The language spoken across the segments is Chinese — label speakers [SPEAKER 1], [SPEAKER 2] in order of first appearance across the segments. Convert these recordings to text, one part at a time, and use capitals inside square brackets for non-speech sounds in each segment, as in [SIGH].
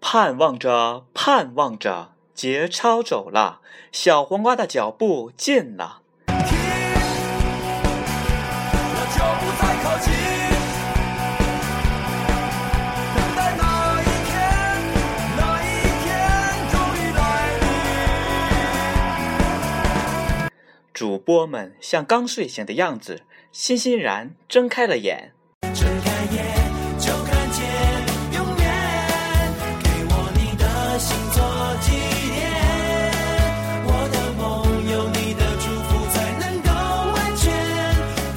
[SPEAKER 1] 盼望着，盼望着，节操走了，小黄瓜的脚步近了。
[SPEAKER 2] 停，我就不再靠近。等待那一天，那一天终于来临。
[SPEAKER 1] 主播们像刚睡醒的样子，欣欣然睁开了眼。
[SPEAKER 2] 睁开眼就看见永远，给我你的心做纪念。我的梦有你的祝福才能够完全，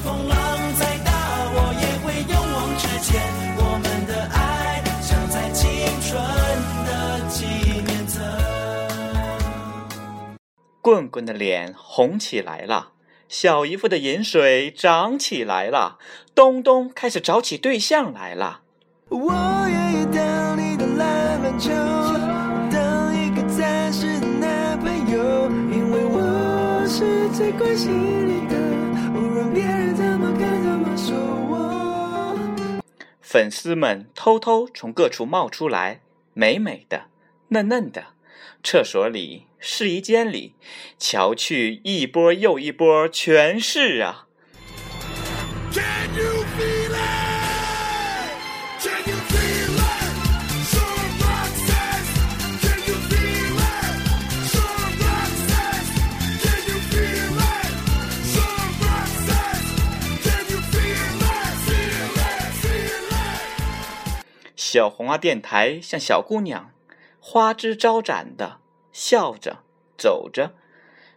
[SPEAKER 2] 风浪再大我也会勇往直前。我们的爱像在青春的纪念册。
[SPEAKER 1] 棍棍的脸红起来了，小姨夫的饮水涨起来了，东东开始找起对象来了。
[SPEAKER 2] 我愿意当你的篮板球，当一个暂时的男朋友，因为我是最关心你的，无论别人怎么看怎么说
[SPEAKER 3] [LAUGHS]
[SPEAKER 2] 我。
[SPEAKER 1] 粉丝们偷偷从各处冒出来，美美的、嫩嫩的。厕所里、试衣间里，瞧去一波又一波，全是啊！
[SPEAKER 2] Can you feel it? Can you feel it? Sure boxes. Can you feel it? Sure boxes. Can you feel it? Sure boxes. Can you feel it? Feel it, feel it.
[SPEAKER 1] 小红花电台像小姑娘，花枝招展的笑着走着。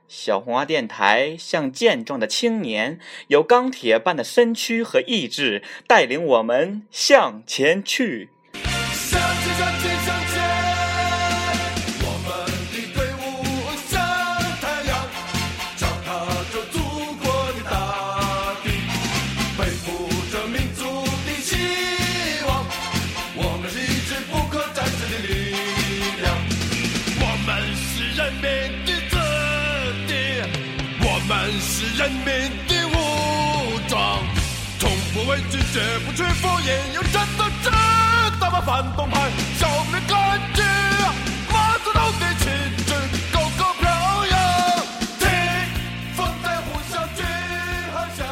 [SPEAKER 1] 小红花电台像健壮的青年，有钢铁般的身躯和意志，带领我们向前去。
[SPEAKER 2] 向前，向前，向前！我们的队伍像太阳，脚踏着祖国的大地，背负着民族的希望。我们是一支不可战胜的力量，我们是人民的子弟，我们是人民的武装，从不畏惧，绝不屈服，也要战斗直到把反动派消灭干净。毛泽东的旗帜高高飘扬，听风在呼啸，军喊响。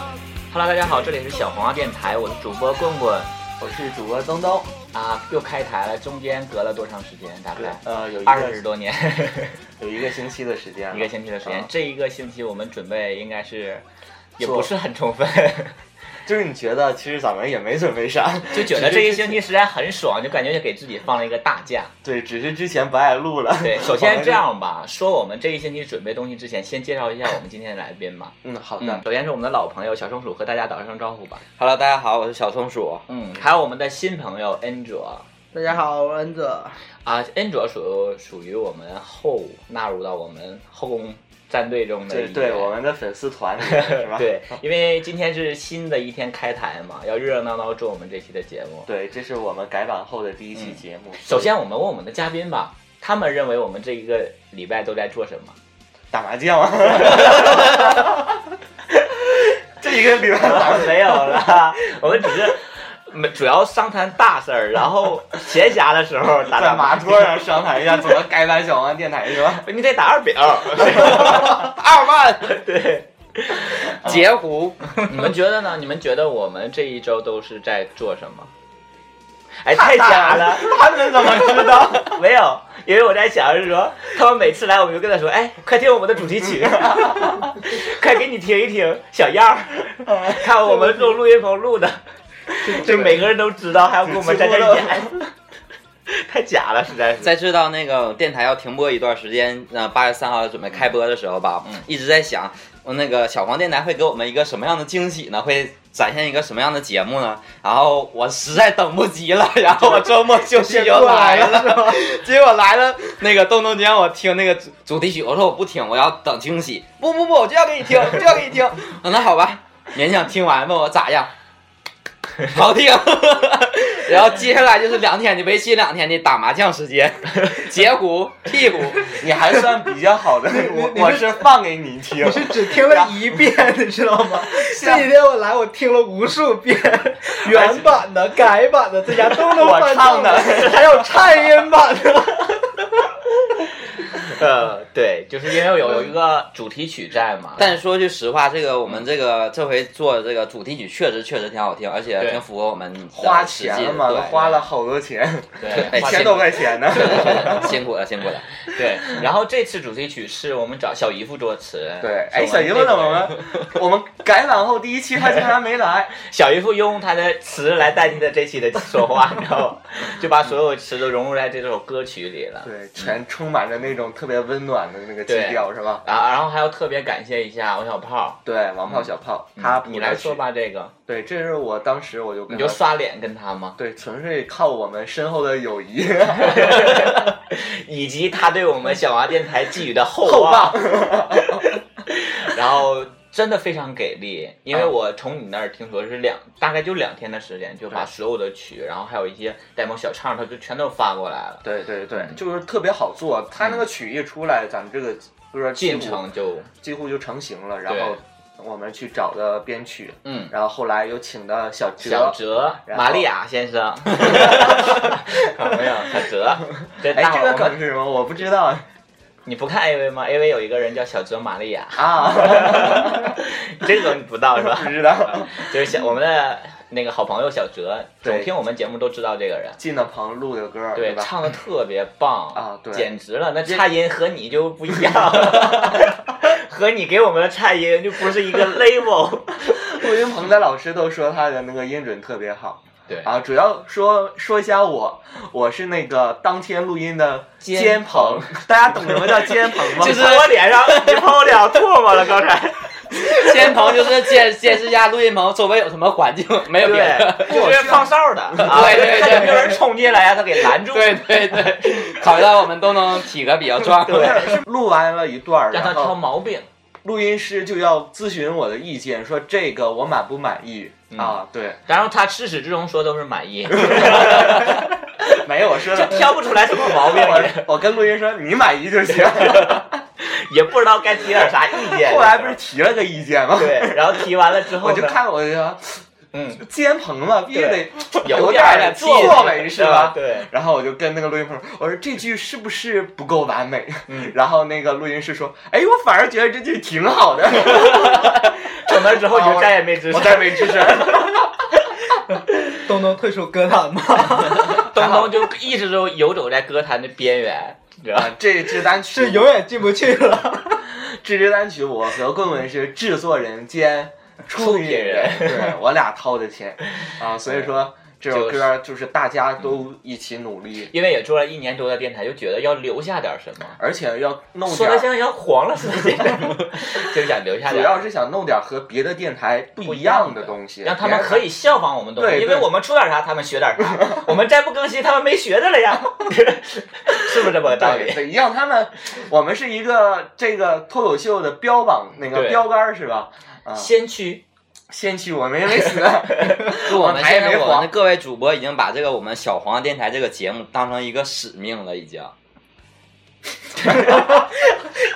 [SPEAKER 4] Hello，大家好，这里是小黄瓜电台，我是主播棍棍，我是主播东东啊，又开台了，中间隔了多长时间？大
[SPEAKER 3] 对
[SPEAKER 4] 概，
[SPEAKER 3] 呃，有一
[SPEAKER 4] 二十
[SPEAKER 3] 个 [LAUGHS]
[SPEAKER 4] 多年，
[SPEAKER 3] 有一个星期的时间了，
[SPEAKER 4] 一个星期的时间
[SPEAKER 3] 啊。
[SPEAKER 4] 这一个星期我们准备应该是也
[SPEAKER 3] 做
[SPEAKER 4] 不是很充
[SPEAKER 3] [LAUGHS]
[SPEAKER 4] 分，
[SPEAKER 3] 就是你觉得其实咱们也没准备啥，
[SPEAKER 4] 就觉得这一星
[SPEAKER 3] 期
[SPEAKER 4] 期实在很爽，就感觉给自己放了一个大假。
[SPEAKER 3] 对，只是之前不爱录了。 [LAUGHS]
[SPEAKER 4] 对，首先这，样吧，说我们这一星期准备东西之前，先介绍一下我们今天的来宾吧。
[SPEAKER 3] 嗯，好的。
[SPEAKER 4] 嗯，首先是我们的老朋友小松鼠，和大家打声招呼吧。
[SPEAKER 3] Hello，大家好，啊我是小松鼠。
[SPEAKER 4] 嗯，还有我们的新朋友恩卓，
[SPEAKER 5] 大家好，我是恩泽。
[SPEAKER 4] 啊，恩卓属于属于我们后纳入到我们后宫战队中的
[SPEAKER 3] 对
[SPEAKER 4] 一
[SPEAKER 3] 对，
[SPEAKER 4] 员
[SPEAKER 3] 我们的粉丝团里面是吧？
[SPEAKER 4] [LAUGHS] 对，因为今天是新的一天开台嘛，要热热闹闹做我们这期的节目。
[SPEAKER 3] 对，这是我们改版后的第一期节目。
[SPEAKER 4] 嗯首先，我们问我们的嘉宾吧，他们认为我们这一个礼拜都在做 [LAUGHS] 什么？
[SPEAKER 3] 打麻将，这一个礼拜打
[SPEAKER 4] 没有啦， [LAUGHS] 我们只是没主要商谈大事儿，然后闲暇的时候打打
[SPEAKER 3] 在麻
[SPEAKER 4] 麻
[SPEAKER 3] 桌上商谈一下怎么改版小王电台是吧？
[SPEAKER 4] 你得打二表，
[SPEAKER 5] [LAUGHS]
[SPEAKER 3] 二万，
[SPEAKER 4] 对。 [LAUGHS]
[SPEAKER 5] 截胡，
[SPEAKER 4] 你们觉得呢？你们觉得我们这一周都是在做什么？哎，太假了！
[SPEAKER 3] 他们怎么知道？
[SPEAKER 4] 没有，因为我在想是说，他们每次来，我们就跟他说，哎，快听我们的主题曲，快给你听一听 [LAUGHS] 小样儿，看我们用录音棚录的，就每个人都知道，还要给我们在这儿演，太假了，实在是。
[SPEAKER 5] 在知道那个电台要停播一段时间，呃，八月三号准备开播的时候吧，
[SPEAKER 4] 嗯
[SPEAKER 5] 一直在想，呃那个小黄电台会给我们一个什么样的惊喜呢？会展现一个什么样的节目呢？然后我实在等不及了，然后我周末休息
[SPEAKER 3] 就
[SPEAKER 5] 就
[SPEAKER 3] 过来
[SPEAKER 5] 来了，结果来了那个东东，让我听那个主主题曲，我说我不听，我要等惊喜。不不不，我就要给你听，我就要给你听。 [LAUGHS] [LAUGHS] 那好吧，勉强听完吧，我咋样？好听。
[SPEAKER 4] 然后接下来就是两天的为期两天的打麻将时间，截胡屁股，
[SPEAKER 3] 你还算比较好的， [LAUGHS] 我
[SPEAKER 2] 你
[SPEAKER 3] 我是放给你听
[SPEAKER 2] 我，是只听了一遍，你知道
[SPEAKER 3] [LAUGHS]
[SPEAKER 2] 吗？这几天我来，我听了无数遍，原版的、改版的，在家都能
[SPEAKER 3] 我
[SPEAKER 2] 翻
[SPEAKER 3] 唱
[SPEAKER 2] 唱
[SPEAKER 3] 的，
[SPEAKER 2] 还有颤音版的。
[SPEAKER 1] [LAUGHS] 呃，对，就是因为有有一个主题曲在嘛，
[SPEAKER 4] 但是说句实话，这个我们这个这回做的这个主题曲确实确实挺好听，而且
[SPEAKER 1] 对
[SPEAKER 4] 挺符合我们的
[SPEAKER 3] [LAUGHS] 花
[SPEAKER 4] 实
[SPEAKER 3] 钱
[SPEAKER 4] 际
[SPEAKER 3] 了嘛，
[SPEAKER 4] 对
[SPEAKER 3] 都花了好多钱，
[SPEAKER 1] 对
[SPEAKER 4] 哎
[SPEAKER 3] 一千多块钱呢。
[SPEAKER 4] 对对对辛苦了辛苦了。
[SPEAKER 1] 对。然后这次主题曲是我们找小姨夫作词，
[SPEAKER 3] [LAUGHS] 对，哎，
[SPEAKER 1] 是我
[SPEAKER 3] 小
[SPEAKER 1] 们
[SPEAKER 3] 姨夫
[SPEAKER 1] 那
[SPEAKER 3] 怎
[SPEAKER 1] 会
[SPEAKER 3] 么
[SPEAKER 1] 儿
[SPEAKER 3] 了？我们改版后第一期他竟然没来，
[SPEAKER 1] 小姨夫用他的词来代替的这期的说话，你知道吗？就把所有词都融入在这首歌曲里了。
[SPEAKER 3] [LAUGHS] 对，全充满着那种特别温暖的那个基
[SPEAKER 1] 对
[SPEAKER 3] 调，是吧？
[SPEAKER 1] 啊，然后还要特别感谢一下王小炮，
[SPEAKER 3] 对，王炮、小炮，他谱
[SPEAKER 1] 你
[SPEAKER 3] 的
[SPEAKER 1] 来
[SPEAKER 3] 曲
[SPEAKER 1] 说。吧，这个
[SPEAKER 3] 对，这是我当时我就
[SPEAKER 1] 你
[SPEAKER 3] 跟
[SPEAKER 1] 就
[SPEAKER 3] 他
[SPEAKER 1] 刷脸跟他吗？
[SPEAKER 3] 对，纯粹靠我们深厚的友 [LAUGHS] 谊。
[SPEAKER 1] 以及他对我们小娃电台寄予的厚
[SPEAKER 3] 厚
[SPEAKER 1] 望， [LAUGHS] 然后真的非常给力，因为
[SPEAKER 3] 啊
[SPEAKER 1] 我从你那儿听说是两大概就两天的时间，就把所有的曲，然后还有一些 demo 小唱，他就全都发过来了，
[SPEAKER 3] 对对对，就是特别好做。他那个曲一出来，咱们这个就是几乎
[SPEAKER 1] 嗯进程就
[SPEAKER 3] 几乎就成型了。然后我们去找的编曲，
[SPEAKER 1] 嗯，
[SPEAKER 3] 然后后来又请的小哲，
[SPEAKER 1] 小哲
[SPEAKER 3] 然后
[SPEAKER 1] 玛利亚
[SPEAKER 3] [LAUGHS]
[SPEAKER 1] 先生，没有小哲，对，
[SPEAKER 3] 哎
[SPEAKER 1] 大，伙
[SPEAKER 3] 这
[SPEAKER 1] 儿我
[SPEAKER 3] 个
[SPEAKER 1] 们
[SPEAKER 3] 梗是什么？我不知
[SPEAKER 1] [LAUGHS]
[SPEAKER 3] 道
[SPEAKER 1] 你不看 AV 吗？AV 有一个人叫小哲玛利亚，
[SPEAKER 4] [LAUGHS]
[SPEAKER 3] 啊，
[SPEAKER 1] 这个你不知道是吧？
[SPEAKER 3] 不知道。
[SPEAKER 1] 就是小我们的那个好朋友小哲，总
[SPEAKER 3] 对
[SPEAKER 1] 听我们节目都知道这个人。
[SPEAKER 3] 进了棚录 [LAUGHS] 的歌，
[SPEAKER 1] 对，
[SPEAKER 3] 吧？
[SPEAKER 1] 唱的特别棒
[SPEAKER 3] [LAUGHS] 啊对
[SPEAKER 1] 简直了！那颤音和你就不 [LAUGHS] 一样，和你给我们的颤音就不是一个 level。
[SPEAKER 3] 录音棚的老师都说他的那个音准特别好。
[SPEAKER 1] 对
[SPEAKER 3] 啊，主要说说一下我，我是那个当天录音的
[SPEAKER 1] 监
[SPEAKER 3] 监棚，大家懂什么叫监棚吗？
[SPEAKER 4] 就是 [LAUGHS]
[SPEAKER 1] 我脸上， [LAUGHS] 你碰我脸上唾沫了，刚才。
[SPEAKER 4] 监棚就是监监视一下录音棚周围有什么环境，没有别的。
[SPEAKER 1] [LAUGHS] 对，就是放哨 [LAUGHS] 的，啊
[SPEAKER 4] 对对对
[SPEAKER 1] 看有没有人冲进来呀，他给拦住，
[SPEAKER 4] 对 [LAUGHS] 对对，考虑到我们都能体格比较壮，
[SPEAKER 3] 不
[SPEAKER 4] [LAUGHS]
[SPEAKER 3] 是是录完了一段儿，
[SPEAKER 1] 让他
[SPEAKER 3] 然
[SPEAKER 1] 挑
[SPEAKER 3] 后
[SPEAKER 1] 毛病。
[SPEAKER 3] 录音师就要咨询我的意见，说这个我满不满意、啊？对，
[SPEAKER 1] 嗯然后他至始至终说都是满意，
[SPEAKER 3] 没有，我说的。
[SPEAKER 1] 挑不出来什么毛病，啊
[SPEAKER 3] 我我跟录音说你满意就
[SPEAKER 4] [LAUGHS]
[SPEAKER 3] 行，
[SPEAKER 1] 也不知道该提点啥意 [LAUGHS] 见。
[SPEAKER 3] 后来不是提了个意见吗？
[SPEAKER 1] 对，然后提完了之后
[SPEAKER 3] [LAUGHS] 我
[SPEAKER 1] 呢，
[SPEAKER 3] 就看我就说，
[SPEAKER 1] 嗯，
[SPEAKER 3] 监棚嘛，必须
[SPEAKER 4] [LAUGHS]
[SPEAKER 3] 得
[SPEAKER 1] 有
[SPEAKER 3] 点
[SPEAKER 1] 儿
[SPEAKER 3] 儿
[SPEAKER 1] 气
[SPEAKER 3] 作为是吧？
[SPEAKER 1] 对，
[SPEAKER 3] 然后我就跟那个录音棚我说这句是不是不够完美？
[SPEAKER 4] 嗯
[SPEAKER 3] 然后那个录音师说，哎，我反而觉得这句挺好的，
[SPEAKER 4] [LAUGHS]
[SPEAKER 1] 整完之后你就再也没吱
[SPEAKER 3] 我
[SPEAKER 1] 声。
[SPEAKER 3] 再没吱声。
[SPEAKER 2] [LAUGHS] 东东退出歌坛吗？
[SPEAKER 1] 东东就一直都游走在歌坛的边缘，你知道吗？
[SPEAKER 3] 啊这支单
[SPEAKER 2] 是
[SPEAKER 3] 曲，
[SPEAKER 2] 永远进不去了。
[SPEAKER 3] 这支单曲我和棍棍是制作人兼出品人，对我俩掏的 [LAUGHS] 钱啊，所以说这首歌就是大家都一起努力，
[SPEAKER 1] 因为也做了一年多的电台，就觉得要留下点什么。
[SPEAKER 3] 而且要弄
[SPEAKER 1] 说的
[SPEAKER 3] 点
[SPEAKER 1] 现。在要黄了似的， [LAUGHS] 就想留下
[SPEAKER 3] 主
[SPEAKER 1] 点，
[SPEAKER 3] 要是想弄点和别的电台不一样的东西，
[SPEAKER 1] 让他们可以效仿我们东西，
[SPEAKER 3] 对
[SPEAKER 1] 因为
[SPEAKER 3] 对
[SPEAKER 1] 我们出点啥，他们学点啥， [LAUGHS] 我们再不更新，他们没学的了呀，是不是这么个道
[SPEAKER 3] 对
[SPEAKER 1] 理？
[SPEAKER 3] 对，让他们，我们是一个这个脱口秀的标榜那个
[SPEAKER 1] 对
[SPEAKER 3] 标杆儿是吧？啊，
[SPEAKER 1] 先驱，
[SPEAKER 3] 先驱我们也没死，
[SPEAKER 4] 就 [LAUGHS] 我们
[SPEAKER 3] 我们
[SPEAKER 4] 现
[SPEAKER 3] 还
[SPEAKER 4] 在
[SPEAKER 3] 没
[SPEAKER 4] 我
[SPEAKER 3] 黄
[SPEAKER 4] 们的各位主播已经把这个我们小黄电台这个节目当成一个使命了，已经。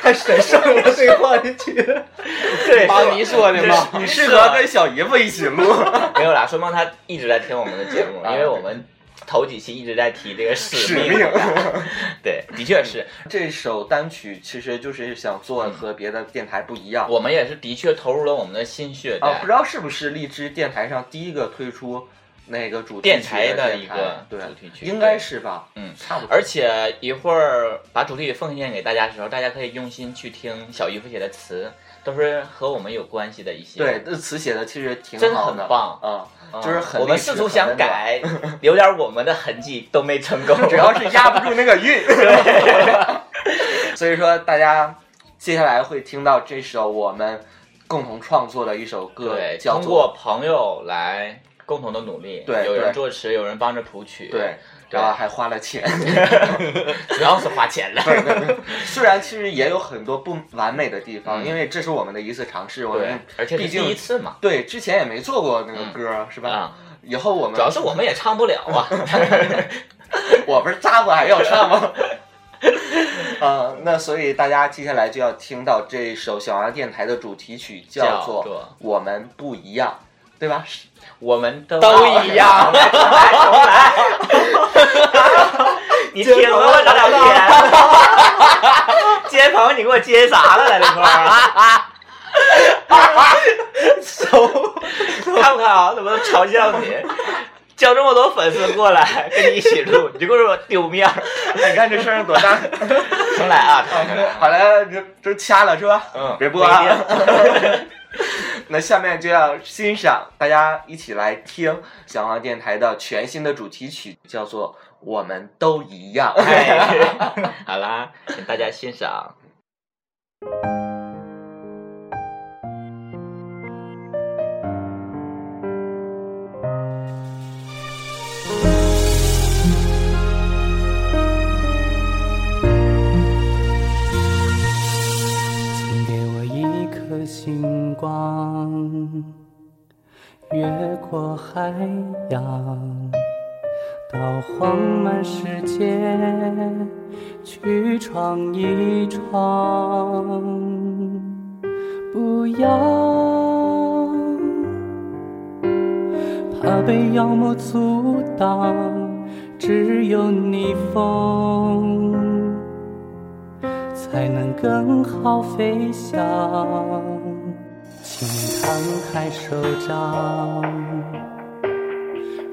[SPEAKER 2] 太神圣了，这个话题。
[SPEAKER 1] 对，
[SPEAKER 4] 帮你说的吗？
[SPEAKER 3] [LAUGHS] 你适合跟小姨夫一起录。
[SPEAKER 1] 没有啦，说明他一直在听我们的节目，因为我们头几期一直在提这个使
[SPEAKER 3] 使命， [LAUGHS]
[SPEAKER 1] 对，的确是，
[SPEAKER 3] 这首单曲其实就是想做和别的电台不一样。
[SPEAKER 1] 我们也是的确投入了我们的心血
[SPEAKER 3] 啊，
[SPEAKER 1] 在
[SPEAKER 3] 不知道是不是荔枝电台上第一个推出那个主题
[SPEAKER 1] 电
[SPEAKER 3] 曲
[SPEAKER 1] 台
[SPEAKER 3] 的
[SPEAKER 1] 的一个
[SPEAKER 3] 电台
[SPEAKER 1] 主题曲
[SPEAKER 3] 对，应该是吧？
[SPEAKER 1] 嗯
[SPEAKER 3] 差不多。
[SPEAKER 1] 而且一会儿把主题曲奉献给大家的时候，大家可以用心去听小姨夫写的词，都是和我们有关系的一些。
[SPEAKER 3] 对，这词写的其实挺
[SPEAKER 1] 真
[SPEAKER 3] 好的，
[SPEAKER 1] 很棒
[SPEAKER 3] 啊、
[SPEAKER 1] 嗯，
[SPEAKER 3] 就是很
[SPEAKER 1] 我们
[SPEAKER 3] 历史
[SPEAKER 1] 试图
[SPEAKER 3] 很
[SPEAKER 1] 想
[SPEAKER 3] 温暖
[SPEAKER 1] 改， [LAUGHS] 留点我们的痕迹都没成功。
[SPEAKER 3] 主要是
[SPEAKER 1] [LAUGHS]
[SPEAKER 3] 压不住那个韵。所以说，大家接下来会听到这首我们共同创作的一首歌
[SPEAKER 1] 对，，
[SPEAKER 3] 叫
[SPEAKER 1] 通
[SPEAKER 3] 做
[SPEAKER 1] 过朋友来共同的努力，
[SPEAKER 3] 对
[SPEAKER 1] 有人
[SPEAKER 3] 对
[SPEAKER 1] 作词，有人帮着谱曲，
[SPEAKER 3] 对，然
[SPEAKER 4] 啊
[SPEAKER 3] 后还花了钱。 [LAUGHS]
[SPEAKER 1] 主要是花钱了。
[SPEAKER 3] 虽然其实也有很多不完美的地方，因为这是我们的一次尝试，我
[SPEAKER 1] 嗯对
[SPEAKER 3] 们，
[SPEAKER 1] 而且是
[SPEAKER 3] [LAUGHS] 毕竟
[SPEAKER 1] 第一次嘛，
[SPEAKER 3] 对之前也没做过那个歌，是吧？
[SPEAKER 1] 嗯啊，
[SPEAKER 6] 以后我
[SPEAKER 1] 主要
[SPEAKER 6] 们
[SPEAKER 1] 是我们也唱不了
[SPEAKER 3] [LAUGHS]
[SPEAKER 1] 啊。
[SPEAKER 6] 我不是扎过还要
[SPEAKER 1] [LAUGHS]
[SPEAKER 6] 唱吗？啊，那所以大家接下来就要听到这首小王电台的主题曲，叫
[SPEAKER 1] 叫
[SPEAKER 6] 做
[SPEAKER 1] 做
[SPEAKER 6] 《我们不一样》，对吧？
[SPEAKER 1] 我们都
[SPEAKER 4] 都
[SPEAKER 6] [LAUGHS]
[SPEAKER 4] 一样，
[SPEAKER 1] 你听我我聊聊天。今天朋友，你给我接啥了，来这块儿？手，看不看啊？怎么嘲笑你？叫这么多粉丝过来跟你一起录，你就给我丢面儿。
[SPEAKER 6] 你看这声儿多大！
[SPEAKER 1] 重来啊！
[SPEAKER 6] 好了，这这掐了是吧？
[SPEAKER 1] 嗯
[SPEAKER 6] 别播
[SPEAKER 1] 没
[SPEAKER 6] 啊。那下面就要欣赏，大家一起来听小黄电台的全新的主题曲，叫做《我们都一样》。
[SPEAKER 1] 哎， [LAUGHS] 好啦，请 [LAUGHS] 大家欣
[SPEAKER 6] [LAUGHS]
[SPEAKER 1] 赏。
[SPEAKER 7] 请给我一颗星光，越过海洋，到荒蛮世界去闯一闯。不要怕被妖魔阻挡，只有逆风。才能更好飞翔。请慷慨手掌，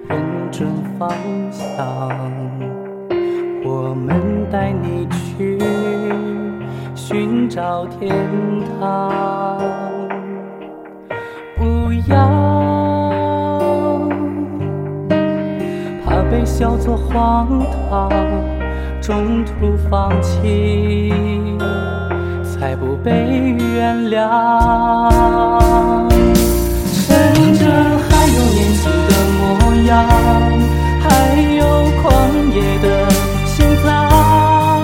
[SPEAKER 7] 认准方向，我们带你去寻找天堂。不要。怕被笑作荒唐，中途放弃，才不被原谅。趁着还有年轻的模样，还有狂野的心脏，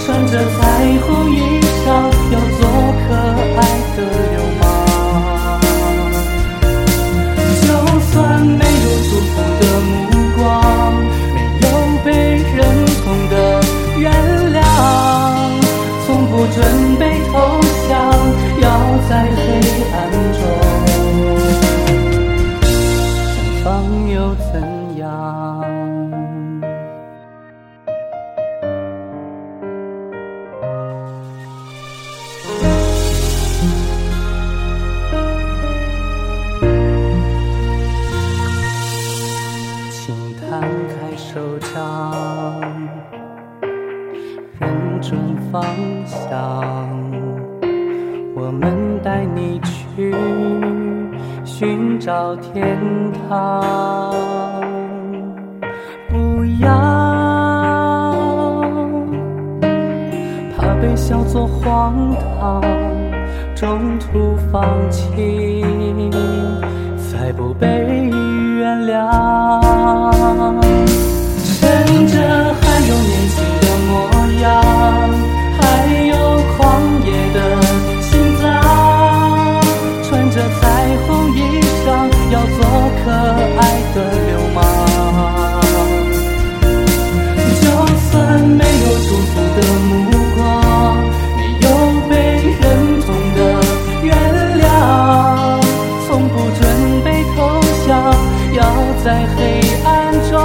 [SPEAKER 7] 穿着彩虹衣裳，要做可爱的流氓。就算没有祝福的目光，没有被认同的原谅，从不准备投降，要在黑暗中绽放又怎样？请摊开手掌，认准方向，我们带你去寻找天堂。不要怕被笑作荒唐，中途放弃，才不被原谅。趁着还有年轻的模样，还有狂野的心脏，穿着彩虹衣裳，要做可爱的流氓。就算没有祝福的目光，没有被认同的原谅，从不准备投降，要在黑暗中。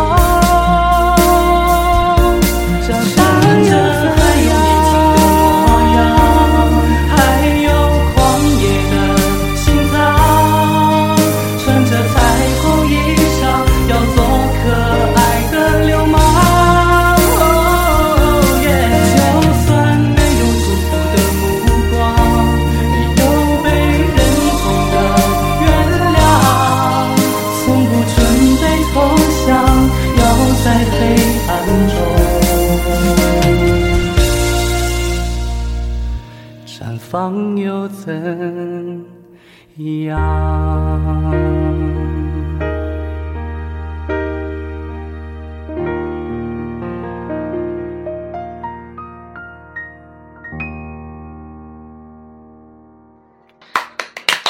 [SPEAKER 7] 想象着还有年轻的模样，还有狂野的心脏，穿着彩虹衣裳，要做可爱的流氓。哦耶就算没有祝福的目光，没有被认同的原谅，从不准备投降，要在黑暗中绽放又怎样？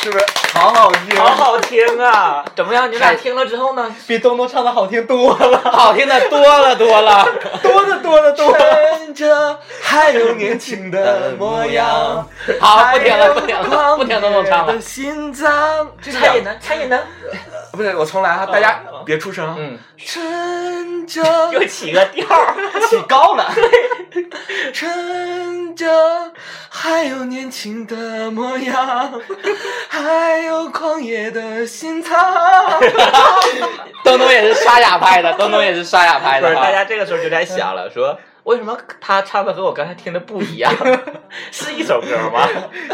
[SPEAKER 6] 是不是？
[SPEAKER 4] 好好听，
[SPEAKER 1] 好好听啊！怎么样？你俩听了之后呢？
[SPEAKER 2] 比东东唱的好听多了，
[SPEAKER 3] 好听的多了
[SPEAKER 1] [LAUGHS]
[SPEAKER 3] 多了。
[SPEAKER 2] 多的多的多了。
[SPEAKER 4] 看着还有年
[SPEAKER 1] [LAUGHS]
[SPEAKER 4] 轻的模样，
[SPEAKER 3] 好，不听了，不听了，不听东东唱
[SPEAKER 4] 的
[SPEAKER 3] 了。
[SPEAKER 4] 心脏。这
[SPEAKER 1] 蔡颖呢？蔡颖呢？
[SPEAKER 4] 不对，我重来
[SPEAKER 1] 嗯
[SPEAKER 4] 哈，大家别出声。
[SPEAKER 3] 嗯，
[SPEAKER 4] 趁着
[SPEAKER 1] [LAUGHS] 又起个调儿，
[SPEAKER 4] 起高了，趁着还有年轻的模样，还有狂野的心脏。
[SPEAKER 3] 东东也是沙哑拍的，东东也是沙哑拍
[SPEAKER 1] 不是，
[SPEAKER 3] 的
[SPEAKER 1] 大
[SPEAKER 3] 啊。
[SPEAKER 1] 家这个时候就在想了，说为什么他唱的和我刚才听的不一样？ [LAUGHS] 是一首歌 [LAUGHS] 吗？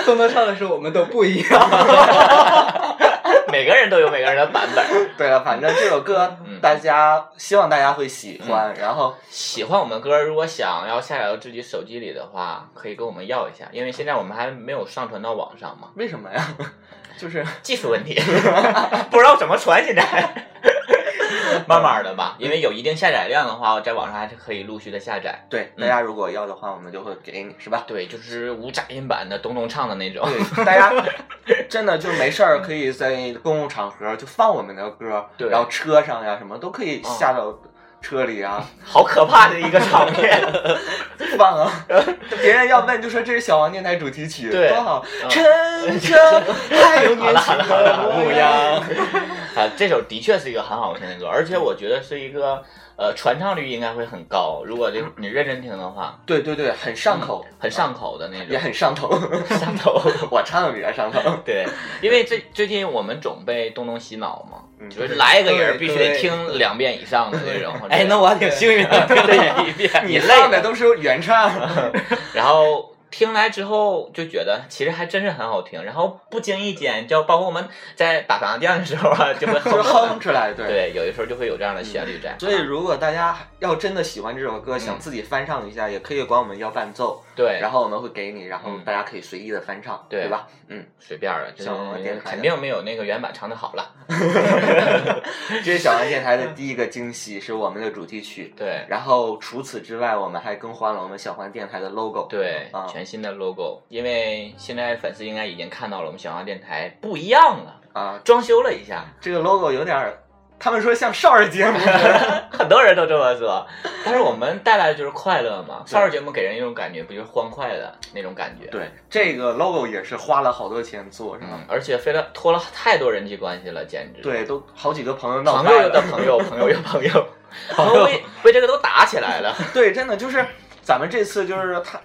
[SPEAKER 2] 东东唱的时候我们都不一
[SPEAKER 1] [LAUGHS]
[SPEAKER 2] 样。
[SPEAKER 1] 每个人都有每个人的版本。
[SPEAKER 4] 对了，反正这首歌
[SPEAKER 1] 嗯
[SPEAKER 4] 大家希望大家会喜欢，然后
[SPEAKER 1] 喜欢我们歌，如果想要下载到自己手机里的话，可以跟我们要一下，因为现在我们还没有上传到网上嘛，
[SPEAKER 4] 为什么呀？ [LAUGHS] 就是
[SPEAKER 1] 技术 [LAUGHS] 问题，不知道怎么传现在。 [LAUGHS] 慢慢的吧，因为有一定下载量的话，在网上还是可以陆续的下载。
[SPEAKER 4] 对大家如果要的话，我们就会给你，是吧？
[SPEAKER 1] 对，就是无杂音版的东东唱的那种。
[SPEAKER 4] 对，大 [LAUGHS] 家真的就没事儿， [LAUGHS] 可以在公共场合就放我们的歌，
[SPEAKER 1] 对
[SPEAKER 4] 然后车上呀什么都可以下到车里啊，
[SPEAKER 1] 好可怕的一个场
[SPEAKER 3] [LAUGHS]
[SPEAKER 1] 面。嗯
[SPEAKER 4] 放啊！别人要问就说这是小王电台主题曲，
[SPEAKER 1] 对嗯
[SPEAKER 4] 多好，趁着还有年轻的模样。
[SPEAKER 1] 啊，这首的确是一个很好听的歌，而且我觉得是一个呃传唱率应该会很高。如果这你认真听的话，
[SPEAKER 4] 对对对，很上口，
[SPEAKER 1] 很上口的那
[SPEAKER 4] 也
[SPEAKER 1] 种。
[SPEAKER 4] 很上头，
[SPEAKER 1] 上头。
[SPEAKER 4] 我唱的比较上头。
[SPEAKER 1] [LAUGHS] 对，因为最最近我们总被东东洗脑嘛，
[SPEAKER 4] 嗯
[SPEAKER 1] 就是来一个人
[SPEAKER 2] 对
[SPEAKER 1] 必须得
[SPEAKER 2] 对
[SPEAKER 1] 听两遍以上的那种。
[SPEAKER 3] [LAUGHS] 哎，那我还挺幸运的，听
[SPEAKER 4] [LAUGHS]
[SPEAKER 3] 了一
[SPEAKER 1] [LAUGHS]
[SPEAKER 3] 遍。
[SPEAKER 4] 你唱的都是原 [LAUGHS] 唱，
[SPEAKER 1] 然后听来之后就觉得其实还真是很好听，然后不经意间就包括我们在打麻将的时候啊，就
[SPEAKER 3] [LAUGHS]
[SPEAKER 1] 会
[SPEAKER 4] 就是
[SPEAKER 1] 哼
[SPEAKER 4] 哼出来，对。嗯
[SPEAKER 1] 对，有的时候就会有这样的旋律在。啊
[SPEAKER 4] 所以，如果大家要真的喜欢这首歌，想自己翻唱一下，也可以管我们要伴奏，
[SPEAKER 1] 对，
[SPEAKER 4] 然后我们会给你，然后
[SPEAKER 1] 嗯
[SPEAKER 4] 大家可以随意的翻唱，
[SPEAKER 1] 对
[SPEAKER 4] 吧？嗯，
[SPEAKER 1] 随便儿了，就
[SPEAKER 4] 像我们
[SPEAKER 1] 是
[SPEAKER 4] 电台的
[SPEAKER 1] 肯定没有那个原版唱的好了。
[SPEAKER 4] 这是小王电台的 [LAUGHS] 第一个惊喜，是我们的主题曲。
[SPEAKER 1] 对
[SPEAKER 4] 然后除此之外，我们还更换了我们小黄电台的 logo。
[SPEAKER 1] 对
[SPEAKER 4] 啊，
[SPEAKER 1] 全新的 logo，因为现在粉丝应该已经看到了我们小黄电台不一样了，
[SPEAKER 4] 啊，
[SPEAKER 1] 装修了一下，
[SPEAKER 4] 这个 logo 有点儿，他们说像少儿节目。
[SPEAKER 1] [LAUGHS] 很多人都这么说。但是我们带来的就是快乐嘛，少儿节目给人一种感觉，不就是欢快的那种感觉？，
[SPEAKER 4] 对，这个 logo 也是花了好多钱做，是吧
[SPEAKER 1] 嗯？，而且非了托了太多人际关系了，简直。，
[SPEAKER 4] 对，都好几个朋友闹
[SPEAKER 1] 朋
[SPEAKER 4] 翻
[SPEAKER 1] 友的
[SPEAKER 4] 了。
[SPEAKER 1] 朋友，朋友有朋友，
[SPEAKER 4] [LAUGHS]
[SPEAKER 1] 然后 [LAUGHS] 为为这个都打起来了。
[SPEAKER 4] 对，真的就是咱们这次就是他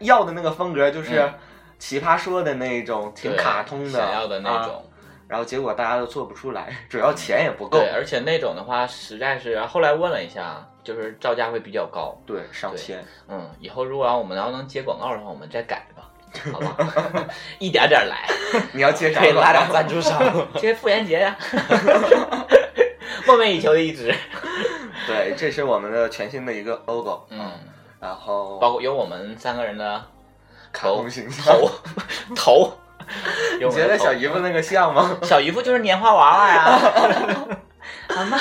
[SPEAKER 4] 要的那个风格，就是
[SPEAKER 1] 嗯
[SPEAKER 4] 奇葩说的那种，挺
[SPEAKER 1] 对
[SPEAKER 4] 卡通的，
[SPEAKER 1] 想要的那
[SPEAKER 4] 啊
[SPEAKER 1] 种。嗯
[SPEAKER 4] 然后结果大家都做不出来，主要钱也不够
[SPEAKER 1] 对，。而且那种的话，实在是后来问了一下，就是造价会比较高。
[SPEAKER 4] 对，上
[SPEAKER 1] 对
[SPEAKER 4] 千。
[SPEAKER 1] 嗯，以后如果要我们要能接广告的话，我们再改吧，好 [LAUGHS] 吧？一点点来，
[SPEAKER 4] 你
[SPEAKER 1] 啊
[SPEAKER 4] 要接啥
[SPEAKER 3] 可以
[SPEAKER 4] 广
[SPEAKER 3] 拉
[SPEAKER 4] 告？
[SPEAKER 3] 点赞助商，
[SPEAKER 4] [LAUGHS]
[SPEAKER 1] 接傅炎杰呀、梦寐以求的一支。
[SPEAKER 4] 对，这是我们的全新的一个 logo，
[SPEAKER 1] 嗯，
[SPEAKER 4] 然后
[SPEAKER 1] 包括有我们三个人的
[SPEAKER 4] 卡通形象。
[SPEAKER 1] 头
[SPEAKER 4] [LAUGHS]
[SPEAKER 1] 头，有
[SPEAKER 4] 你
[SPEAKER 1] 我
[SPEAKER 4] 觉
[SPEAKER 1] 们
[SPEAKER 4] 得
[SPEAKER 1] 的
[SPEAKER 4] 小
[SPEAKER 1] 头
[SPEAKER 4] 姨夫那个像吗？
[SPEAKER 1] 小姨夫就是年画娃娃呀、 [LAUGHS] 阿妈，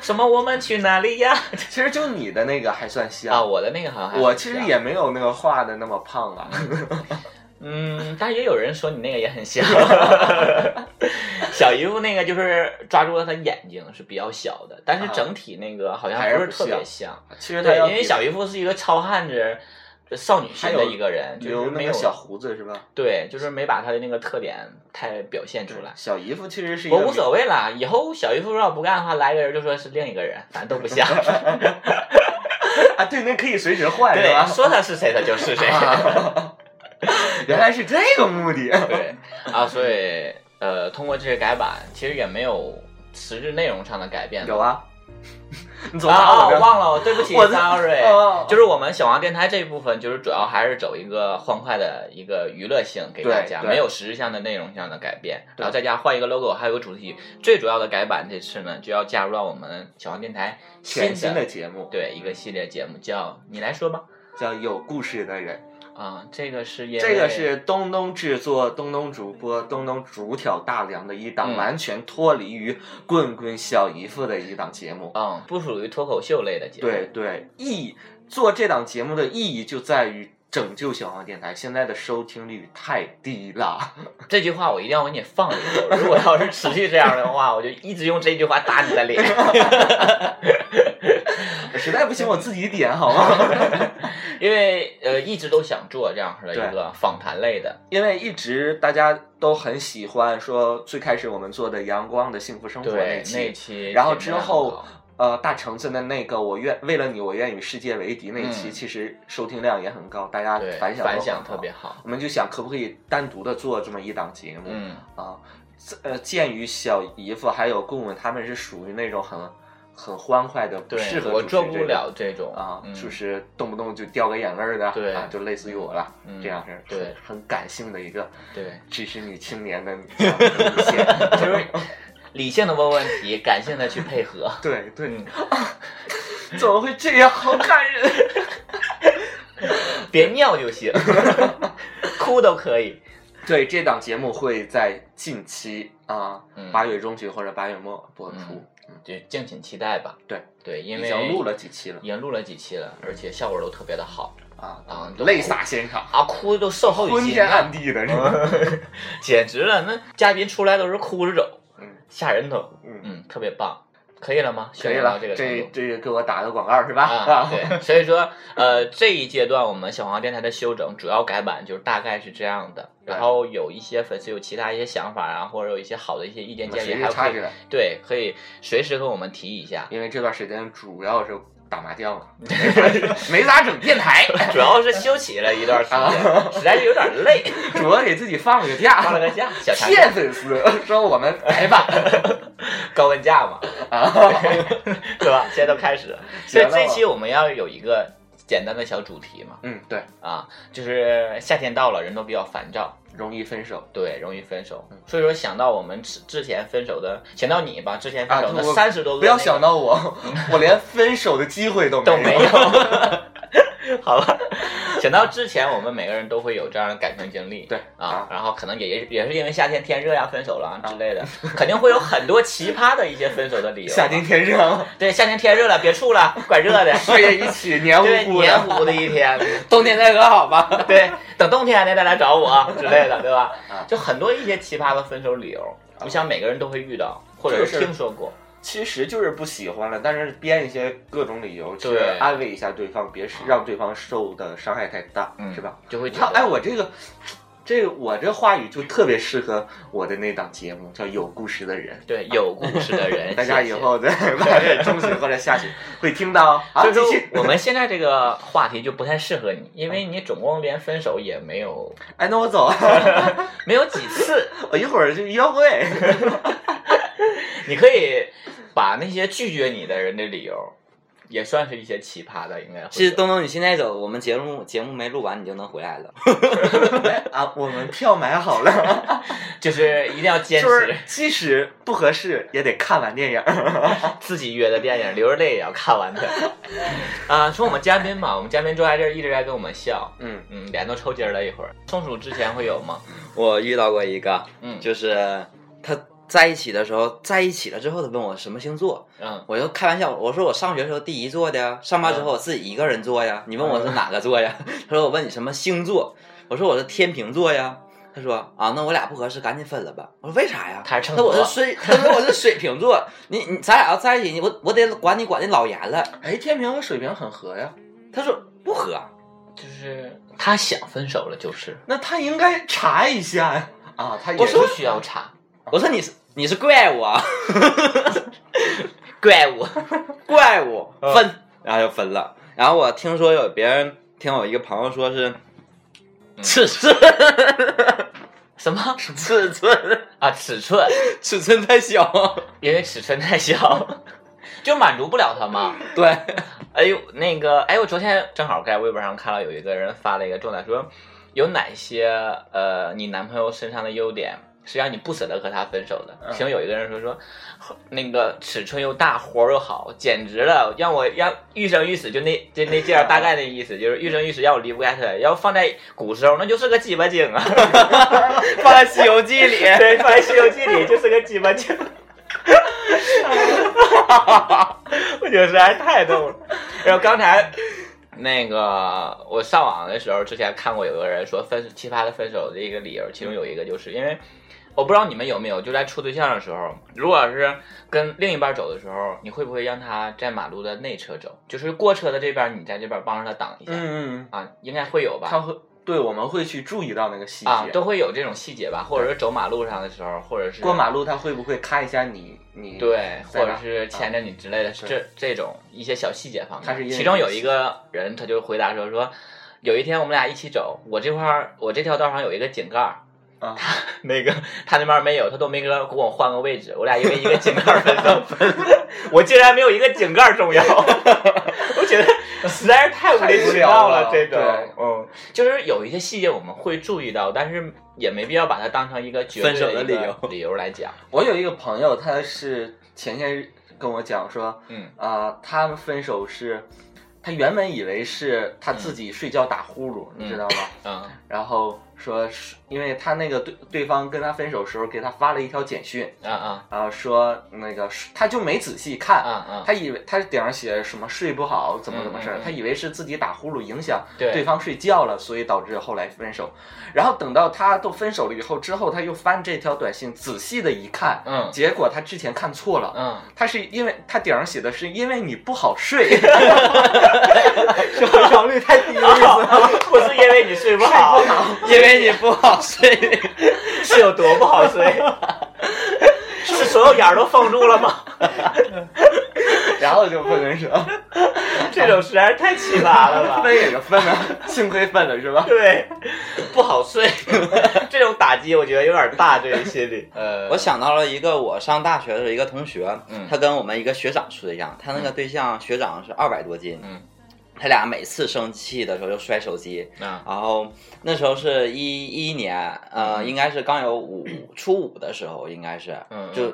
[SPEAKER 1] 什么我们去哪里呀？
[SPEAKER 4] [LAUGHS] 其实就你的那个还算
[SPEAKER 1] 啊，
[SPEAKER 4] 像，
[SPEAKER 1] 我的那个好像还
[SPEAKER 4] 我
[SPEAKER 1] 很
[SPEAKER 4] 其实
[SPEAKER 1] 像
[SPEAKER 4] 也没有那个画的那么胖啊。
[SPEAKER 1] [LAUGHS] 嗯，但是也有人说你那个也很
[SPEAKER 4] [LAUGHS]
[SPEAKER 1] 像，小姨夫那个就是抓住了他眼睛是比较小的，但是整体那个好像
[SPEAKER 4] 还是
[SPEAKER 1] 是
[SPEAKER 4] 不
[SPEAKER 1] 特别
[SPEAKER 4] 像
[SPEAKER 1] 像。
[SPEAKER 4] 其实他
[SPEAKER 1] 对，
[SPEAKER 4] 要
[SPEAKER 1] 因为小姨夫是一个糙汉子、少女心
[SPEAKER 4] 还
[SPEAKER 1] 的
[SPEAKER 4] 有
[SPEAKER 1] 一个人，就是
[SPEAKER 4] 留
[SPEAKER 1] 没
[SPEAKER 4] 那
[SPEAKER 1] 有
[SPEAKER 4] 个小胡子是吧？
[SPEAKER 1] 对，就是没把他的那个特点太表现出来。
[SPEAKER 4] 小姨夫其实是一
[SPEAKER 1] 我
[SPEAKER 4] 个
[SPEAKER 1] 无所谓啦，以后小姨夫要不干的话，来一个人就说是另一个人，反正都不
[SPEAKER 4] [LAUGHS]
[SPEAKER 1] 像。
[SPEAKER 4] 啊，对，那可以随时换
[SPEAKER 1] [LAUGHS]
[SPEAKER 4] 是
[SPEAKER 1] 对，
[SPEAKER 4] 吧？
[SPEAKER 1] 说他是谁，他就是
[SPEAKER 4] [LAUGHS]
[SPEAKER 1] 谁。 [LAUGHS] 啊
[SPEAKER 4] 原来是这个
[SPEAKER 1] [LAUGHS]
[SPEAKER 4] 目的。 [LAUGHS]
[SPEAKER 1] 对啊，所以呃，通过这些改版，其实也没有实质内容上的改变吧。
[SPEAKER 4] 有啊， [LAUGHS] 你总
[SPEAKER 1] 啊
[SPEAKER 4] 打
[SPEAKER 1] 啊！
[SPEAKER 4] 我
[SPEAKER 1] 我
[SPEAKER 4] 这。
[SPEAKER 1] 忘了，我对不起
[SPEAKER 4] 我的
[SPEAKER 1] ，sorry
[SPEAKER 4] [LAUGHS] 哦。
[SPEAKER 1] 就是我们小王电台这一部分，就是主要还是走一个欢快的一个娱乐性给大家，
[SPEAKER 4] 对对
[SPEAKER 1] 没有实质上的内容上的改变。
[SPEAKER 4] 对
[SPEAKER 1] 然后再加换一个 logo，还有个主题。最主要的改版这次呢，就要加入到我们小王电台
[SPEAKER 4] 全新的
[SPEAKER 1] 的
[SPEAKER 4] 节目
[SPEAKER 1] 对一个系列节目，叫你来说吧。
[SPEAKER 4] 叫《有故事的人
[SPEAKER 1] 啊，这个是因》，为
[SPEAKER 4] 这个是东东制作、东东主播、东东主挑大梁的一档
[SPEAKER 1] 嗯
[SPEAKER 4] 完全脱离于棍棍小姨夫的一档节目。E，
[SPEAKER 1] 嗯，不属于脱口秀类的节目。
[SPEAKER 4] 对对，意义做这档节目的意义就在于
[SPEAKER 6] 拯救小黄电台，现在的收听率太低了。
[SPEAKER 1] 这句话我一定要给你放里头。如果要是持续这样的话，我就一直用这句话打你的脸。
[SPEAKER 6] [LAUGHS] 实在不行，我自己点好吗？
[SPEAKER 1] [LAUGHS] 因为呃，一直都想做这样的一个访谈类的，
[SPEAKER 6] 因为一直大家都很喜欢说最开始我们做的《阳光的幸福生活》
[SPEAKER 1] 对那
[SPEAKER 6] 期，
[SPEAKER 1] 期。
[SPEAKER 6] 然后之后，呃大橙子的那个我愿为了你我愿与世界为敌那期，
[SPEAKER 1] 嗯
[SPEAKER 6] 其实收听量也很高，大家
[SPEAKER 1] 对
[SPEAKER 6] 反响
[SPEAKER 1] 反
[SPEAKER 6] 都
[SPEAKER 1] 响
[SPEAKER 6] 很
[SPEAKER 1] 特
[SPEAKER 6] 好
[SPEAKER 1] 别。好。
[SPEAKER 6] 我们就想可不可以单独的做这么一档节目、
[SPEAKER 1] 嗯，
[SPEAKER 6] 啊？这呃，鉴于小姨夫还有贡贡他们是属于那种很很欢快的，不
[SPEAKER 1] 对
[SPEAKER 6] 适合，
[SPEAKER 1] 我
[SPEAKER 6] 主持
[SPEAKER 1] 做不
[SPEAKER 6] 这种
[SPEAKER 1] 了这种
[SPEAKER 6] 啊，
[SPEAKER 1] 嗯
[SPEAKER 6] 就是动不动就掉个眼泪儿的，
[SPEAKER 1] 对
[SPEAKER 6] 啊，就类似于我了，
[SPEAKER 1] 嗯
[SPEAKER 6] 这样是
[SPEAKER 1] 对
[SPEAKER 6] 很很感性的一个
[SPEAKER 1] 对，
[SPEAKER 6] 知识女青
[SPEAKER 1] [LAUGHS]
[SPEAKER 6] 年的这样的路线，就是
[SPEAKER 1] 理性的问问题，感性的去配合。
[SPEAKER 6] 对对
[SPEAKER 1] 嗯，
[SPEAKER 6] [LAUGHS] 怎么会这样？好感人！
[SPEAKER 1] 别尿就行， [LAUGHS] 哭都可以。
[SPEAKER 6] 对，这档节目会在近期啊
[SPEAKER 1] 嗯，
[SPEAKER 6] 八月中旬或者八月末播出
[SPEAKER 1] 嗯，就敬请期待吧。
[SPEAKER 6] 对
[SPEAKER 1] 对，因
[SPEAKER 6] 已
[SPEAKER 1] 为
[SPEAKER 6] 经录了几期了
[SPEAKER 1] 已经录了几期了，而且效果都特别的好
[SPEAKER 6] 啊
[SPEAKER 1] 啊都
[SPEAKER 6] 泪洒现场，
[SPEAKER 1] 啊，哭都售后
[SPEAKER 6] 昏
[SPEAKER 1] 语气
[SPEAKER 6] 天，暗地的，
[SPEAKER 1] 嗯
[SPEAKER 6] [LAUGHS]
[SPEAKER 1] 简直了！那嘉宾出来都是哭着走，
[SPEAKER 6] 嗯
[SPEAKER 1] 吓人头，
[SPEAKER 6] 嗯，
[SPEAKER 1] 嗯，特别棒，可以了吗？
[SPEAKER 6] 可以
[SPEAKER 1] 宣传到
[SPEAKER 6] 了，
[SPEAKER 1] 这个程
[SPEAKER 6] 这
[SPEAKER 1] 度。
[SPEAKER 6] 这个给我打个广告是吧？
[SPEAKER 1] 啊，
[SPEAKER 6] [LAUGHS]
[SPEAKER 1] 对，所以说，呃，这一阶段我们小黄电台的修整，主要改版就是大概是这样的。
[SPEAKER 6] 对
[SPEAKER 1] 然后有一些粉丝有其他一些想法啊，或者有一些好的一些意见
[SPEAKER 6] 我们
[SPEAKER 1] 建
[SPEAKER 6] 随
[SPEAKER 1] 议，
[SPEAKER 6] 时
[SPEAKER 1] 还
[SPEAKER 6] 插
[SPEAKER 1] 可以
[SPEAKER 6] 进来，
[SPEAKER 1] 对，可以随时和我们提一下。
[SPEAKER 6] 因为这段时间主要是打麻将
[SPEAKER 1] [LAUGHS]
[SPEAKER 6] 了，没咋整电台，
[SPEAKER 1] 主要是休息了一段时
[SPEAKER 6] [LAUGHS]
[SPEAKER 1] 间，实在是有点累，
[SPEAKER 6] 主要给自己放了个假，
[SPEAKER 1] 放了个假，小长假
[SPEAKER 6] 骗粉丝说我们来吧， [LAUGHS]
[SPEAKER 1] 高温假嘛，
[SPEAKER 6] 啊，
[SPEAKER 1] 对吧？现在都开始了，所以
[SPEAKER 6] 行了
[SPEAKER 1] 这期我们要有一个简单的小主题嘛，
[SPEAKER 6] 嗯，对，
[SPEAKER 1] 啊，就是夏天到了，人都比较烦躁，
[SPEAKER 6] 容易分手
[SPEAKER 1] 对，容易分手，
[SPEAKER 6] 嗯
[SPEAKER 1] 所以说想到我们之之前分手的，想到你吧，之前分
[SPEAKER 6] 啊，
[SPEAKER 1] 手的
[SPEAKER 6] 我
[SPEAKER 1] 三十多个，
[SPEAKER 6] 不要想到 [LAUGHS] 我，我连分手的机会都
[SPEAKER 1] 都
[SPEAKER 6] 没
[SPEAKER 1] 没有。 [LAUGHS] 好了，想到之前我们每个人都会有这样的感情经历，
[SPEAKER 6] 对
[SPEAKER 1] 啊
[SPEAKER 6] 啊，
[SPEAKER 1] 然后可能也也也是因为夏天天热呀、分手了啊之类的，肯定会有很多奇葩的一些分手的理由。啊
[SPEAKER 6] 夏天天热了，
[SPEAKER 1] 对夏天天热了，别处了，怪热的，
[SPEAKER 6] [LAUGHS] 睡也一起，黏
[SPEAKER 1] 对
[SPEAKER 6] 糊糊
[SPEAKER 1] 黏
[SPEAKER 6] 的，
[SPEAKER 1] 糊的一
[SPEAKER 6] [LAUGHS]
[SPEAKER 1] 天，
[SPEAKER 4] 冬天再和好吧。
[SPEAKER 1] [LAUGHS] 对，等冬天还再来找我之类的，对吧
[SPEAKER 6] 啊？
[SPEAKER 1] 就很多一些奇葩的分手理由，我想每个人都会遇到，或者是
[SPEAKER 6] 就是
[SPEAKER 1] 听说过。
[SPEAKER 6] 其实就是不喜欢了，但是编一些各种理由去
[SPEAKER 1] 对
[SPEAKER 6] 安慰一下对啊方，别让对方受的伤害太大，
[SPEAKER 1] 嗯
[SPEAKER 6] 是吧？
[SPEAKER 1] 就会
[SPEAKER 6] 你
[SPEAKER 1] 觉
[SPEAKER 6] 看，
[SPEAKER 1] 得
[SPEAKER 6] 哎，我这个，这个我这话语就特别适合我的那档节目，叫《有故事的人
[SPEAKER 1] 对有故事的人，》，
[SPEAKER 6] [LAUGHS] 大家
[SPEAKER 1] 谢
[SPEAKER 6] 以
[SPEAKER 1] 谢
[SPEAKER 6] 后在八月中旬或者下旬会听到。哦好，
[SPEAKER 1] 所以
[SPEAKER 6] 啊继
[SPEAKER 1] 说
[SPEAKER 6] 续。
[SPEAKER 1] 我们现在这个话题就不太适合你，因为你总共连分手也没有
[SPEAKER 6] 哎，那我走， [LAUGHS]
[SPEAKER 1] 没有几次，
[SPEAKER 6] 我一会儿就约会。
[SPEAKER 1] 你可以把那些拒绝你的人的理由，也算是一些奇葩的，应该会
[SPEAKER 4] 其实东东，你现在走，我们节目节目没录完，你就能回来了。
[SPEAKER 6] 啊，我们票买好了，
[SPEAKER 1] 就是一定要坚
[SPEAKER 6] 就是
[SPEAKER 1] 持
[SPEAKER 6] 即使不合适也得看完电影。 [LAUGHS]
[SPEAKER 1] 自己约的电影，流着泪也要看完的。 [LAUGHS] 啊，说我们嘉宾嘛，我们嘉宾坐在这儿一直在跟我们笑，
[SPEAKER 6] 嗯，
[SPEAKER 1] 嗯，脸都抽筋儿了一会儿。松鼠之前会有吗？
[SPEAKER 4] 我遇到过一个，
[SPEAKER 1] 嗯
[SPEAKER 4] 就是他在一起的时候，在一起了之后，他问我什么星座，
[SPEAKER 1] 嗯，
[SPEAKER 4] 我就开玩笑，我说我上学的时候第一做的呀，上班之
[SPEAKER 6] 嗯
[SPEAKER 4] 后我自己一个人做呀。你问我是哪个座呀？ [LAUGHS] 他说我问你什么星座，我说我是天平座呀。他说啊，那我俩不合适，赶紧分了吧。我说为啥呀？
[SPEAKER 1] 他是秤
[SPEAKER 4] 那
[SPEAKER 1] 砣
[SPEAKER 4] 我是水，他说我是水瓶座， [LAUGHS] 你你咱俩要在一起，你我我得管你管的老严了。
[SPEAKER 6] 哎，天平和水瓶很合呀，
[SPEAKER 4] 他说不合，啊
[SPEAKER 1] 就是他想分手了，就是
[SPEAKER 6] 那他应该查一下呀。啊，他也
[SPEAKER 1] 我不需要查，
[SPEAKER 4] 我说你是你是怪物啊， [LAUGHS]
[SPEAKER 1] 怪我。
[SPEAKER 4] 怪物
[SPEAKER 1] 嗯
[SPEAKER 4] 分，然后就分了。然后我听说有别人听我一个朋友说是尺寸，
[SPEAKER 1] 嗯什么
[SPEAKER 4] 尺寸，
[SPEAKER 1] 啊？尺寸，
[SPEAKER 4] 尺寸太小，
[SPEAKER 1] 因为尺寸太
[SPEAKER 4] [LAUGHS]
[SPEAKER 1] 小，就满足不了他嘛。
[SPEAKER 4] 对，
[SPEAKER 1] 哎呦，那个，哎，我昨天正好在微博上看到有一个人发了一个状态，说有哪些呃你男朋友身上的优点是让你不舍得和他分手的？其中有一个人说说那个尺寸又大，活儿又好，简直了，让我让欲生欲死，就那就那劲儿，大概那意思就是欲生欲死，让我离不开他。要放在古时候，那就是个鸡巴精啊，
[SPEAKER 4] 放在《西游记》里，
[SPEAKER 1] [LAUGHS] 对，放在《西游记》里就是个鸡巴 [LAUGHS] 精。我觉得实在太逗了。然后刚才那个我上网的时候，之前看过有个人说分奇葩的分手的一个理由，其中有一个就是因为我不知道你们有没有，就在处对象的时候，如果是跟另一半走的时候，你会不会让他在马路的内侧走，就是过车的这边，你在这边帮着他挡一下、
[SPEAKER 6] 嗯，
[SPEAKER 1] 啊？应该会有吧？
[SPEAKER 6] 他会对我们会去注意到那个细节。
[SPEAKER 1] 啊，都会有这种细节吧，或者是走马路上的时候，或者是
[SPEAKER 6] 过马路他会不会看一下你？你
[SPEAKER 1] 对，
[SPEAKER 6] 在
[SPEAKER 1] 或者
[SPEAKER 6] 哪
[SPEAKER 1] 是牵着你之类的，这这种一些小细节方
[SPEAKER 6] 他是
[SPEAKER 1] 面。
[SPEAKER 6] 因为
[SPEAKER 1] 其中有一个人，他就回答说说，有一天我们俩一起走，我这块儿我这条道上有一个井盖儿。
[SPEAKER 6] 啊
[SPEAKER 1] 他那个他那边没有，他都没跟我给我换个位置，我俩因为一个井盖儿分手我竟然没有一个井盖儿重要， [LAUGHS] 我觉得实在是太无理取闹了。
[SPEAKER 6] 太无
[SPEAKER 1] 这种
[SPEAKER 6] 聊了，
[SPEAKER 1] 嗯，就是有一些细节我们会注意到，但是也没必要把它当成一个绝对
[SPEAKER 4] 分手的
[SPEAKER 1] 一个
[SPEAKER 4] 理由
[SPEAKER 1] 理由来讲。
[SPEAKER 6] 我有一个朋友，他是前些日跟我讲说，
[SPEAKER 1] 嗯
[SPEAKER 6] 啊、他们分手是，他原本以为是他自己睡觉打呼噜，你知道吗？
[SPEAKER 1] 嗯
[SPEAKER 6] 然后说是因为他那个对对方跟他分手时候给他发了一条简讯，
[SPEAKER 1] 啊啊
[SPEAKER 6] 然后说那个他就没仔细
[SPEAKER 1] 啊
[SPEAKER 6] 看。
[SPEAKER 1] 啊！
[SPEAKER 6] 他以为他顶上写什么睡不好怎么怎么事儿
[SPEAKER 1] 嗯嗯，嗯
[SPEAKER 6] 他以为是自己打呼噜影响
[SPEAKER 1] 对
[SPEAKER 6] 对方睡觉了，所以导致后来分手。然后等到他都分手了以后，之后他又翻这条短信仔细的一看，
[SPEAKER 1] 嗯
[SPEAKER 6] 结果他之前看错了。
[SPEAKER 1] 嗯，
[SPEAKER 6] 他是因为他顶上写的是因为你不好睡，
[SPEAKER 3] 是回床率太低了。
[SPEAKER 1] [LAUGHS] 不是因为你嗯睡不好，
[SPEAKER 4] [LAUGHS] 因为你不好睡。
[SPEAKER 1] [LAUGHS] 是有多不好睡？ [LAUGHS] 是所有眼儿都封住了吗？
[SPEAKER 6] [LAUGHS] 然后就不分手，
[SPEAKER 1] 这种实在是太奇葩了吧！
[SPEAKER 6] 分也就分了，幸亏分了是吧？
[SPEAKER 1] 对，不好睡， [LAUGHS] 这种打击我觉得有点大，对于心理。呃，
[SPEAKER 4] 我想到了一个我上大学的时候一个同学，
[SPEAKER 1] 嗯
[SPEAKER 4] 他跟我们一个学长处对象，他那个对象学长是二百多斤，
[SPEAKER 1] 嗯，
[SPEAKER 4] 他俩每次生气的时候就摔手机，
[SPEAKER 1] 啊
[SPEAKER 4] 然后那时候是一一年，呃，应该是刚有五初五的时候，应该是，
[SPEAKER 1] 嗯
[SPEAKER 4] 就